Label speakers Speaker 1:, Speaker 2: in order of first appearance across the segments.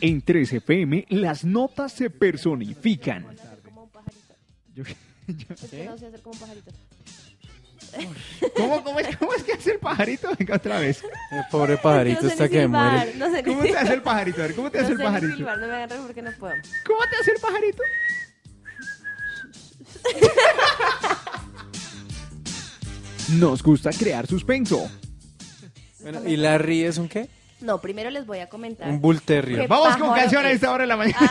Speaker 1: En 3FM las notas se personifican.
Speaker 2: Yo- yo-
Speaker 3: Es que no sé hacer como un pajarito.
Speaker 1: ¿Cómo, cómo es, cómo es que hace el pajarito? Venga, otra vez.
Speaker 4: El pobre
Speaker 3: No
Speaker 4: pajarito
Speaker 3: sé
Speaker 4: está
Speaker 3: ni
Speaker 4: que
Speaker 3: silbar,
Speaker 4: muere.
Speaker 3: No sé ni
Speaker 1: ¿Cómo te hace el pajarito? A ver, ¿cómo te
Speaker 3: no
Speaker 1: hace
Speaker 3: sé
Speaker 1: el
Speaker 3: ni
Speaker 1: pajarito?
Speaker 3: silbar, no me agarren porque no puedo.
Speaker 1: ¿Cómo te hace el pajarito? Nos gusta crear suspenso.
Speaker 4: Bueno, ¿Y Larry es un qué?
Speaker 3: No, primero les voy a comentar.
Speaker 4: Un bull terrier.
Speaker 3: Qué
Speaker 1: Vamos con
Speaker 3: pájaro,
Speaker 1: canciones a
Speaker 3: eh.
Speaker 1: esta hora de la mañana.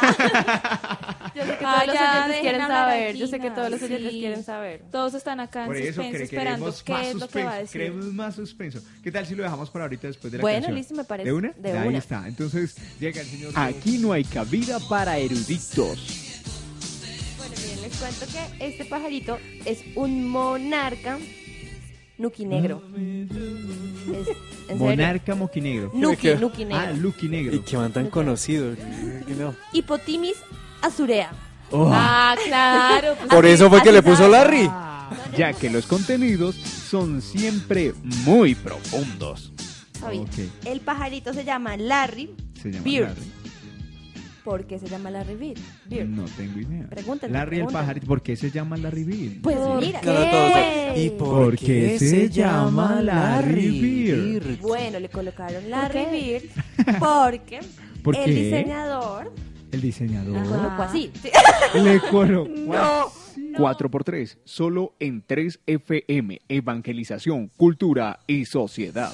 Speaker 3: Yo sé que
Speaker 2: Ah,
Speaker 3: todos los
Speaker 2: ya,
Speaker 3: oyentes
Speaker 2: dejen
Speaker 3: quieren
Speaker 2: hablar a
Speaker 3: saber. Yo sé que
Speaker 2: Gina.
Speaker 3: todos los oyentes
Speaker 2: Sí.
Speaker 3: quieren saber.
Speaker 2: Todos están acá en
Speaker 1: Por eso
Speaker 2: suspenso
Speaker 1: cre-
Speaker 2: esperando
Speaker 1: queremos
Speaker 2: qué
Speaker 1: más
Speaker 2: es lo que va
Speaker 1: suspenso.
Speaker 2: a decir.
Speaker 1: Queremos más suspenso. ¿Qué tal si lo dejamos para ahorita después de la
Speaker 3: Bueno,
Speaker 1: canción?
Speaker 3: listo, me parece.
Speaker 1: ¿De una?
Speaker 3: De
Speaker 1: Ahí
Speaker 3: una.
Speaker 1: está. Entonces llega el señor.
Speaker 5: Aquí no hay cabida para eruditos.
Speaker 3: Bueno, miren, les cuento que este pajarito es un monarca nuquinegro. Es-
Speaker 1: ¿Mm?
Speaker 3: ¿En serio?
Speaker 1: Monarca Moquinegro.
Speaker 3: Nuki, nuquinegro.
Speaker 1: Ah, Lucky
Speaker 4: Y
Speaker 1: Negro.
Speaker 4: que van tan conocidos. que no.
Speaker 1: Ah.
Speaker 3: Hipotimis azurea.
Speaker 1: Oh.
Speaker 2: Ah, claro. pues
Speaker 4: Por
Speaker 2: sí.
Speaker 4: eso fue que
Speaker 3: así
Speaker 4: le puso
Speaker 3: sabe.
Speaker 4: Larry.
Speaker 5: Ya que los contenidos son siempre muy profundos.
Speaker 3: Sabía.
Speaker 1: Ok.
Speaker 3: El pajarito se llama Larry.
Speaker 1: Se llama
Speaker 3: Beer.
Speaker 1: Larry.
Speaker 3: ¿Por qué se llama Larry Beer? Beer.
Speaker 1: No tengo idea.
Speaker 3: Pregúntate,
Speaker 1: Larry el
Speaker 3: pregúntate.
Speaker 1: pajarito. ¿Por qué se llama Larry Beer?
Speaker 3: Pues
Speaker 2: ¿Por
Speaker 3: mira.
Speaker 2: qué? Claro,
Speaker 4: todos. ¿Y
Speaker 1: ¿Por qué se llama Larry Beer?
Speaker 3: Bueno, le colocaron Larry
Speaker 2: qué?
Speaker 3: Beer porque
Speaker 1: ¿Por
Speaker 3: el
Speaker 1: qué?
Speaker 3: diseñador
Speaker 1: El diseñador.
Speaker 3: lo colocó así. Sí.
Speaker 1: Le coro.
Speaker 3: Ah.
Speaker 1: No.
Speaker 5: 4x3, solo en 3FM, evangelización, cultura y sociedad.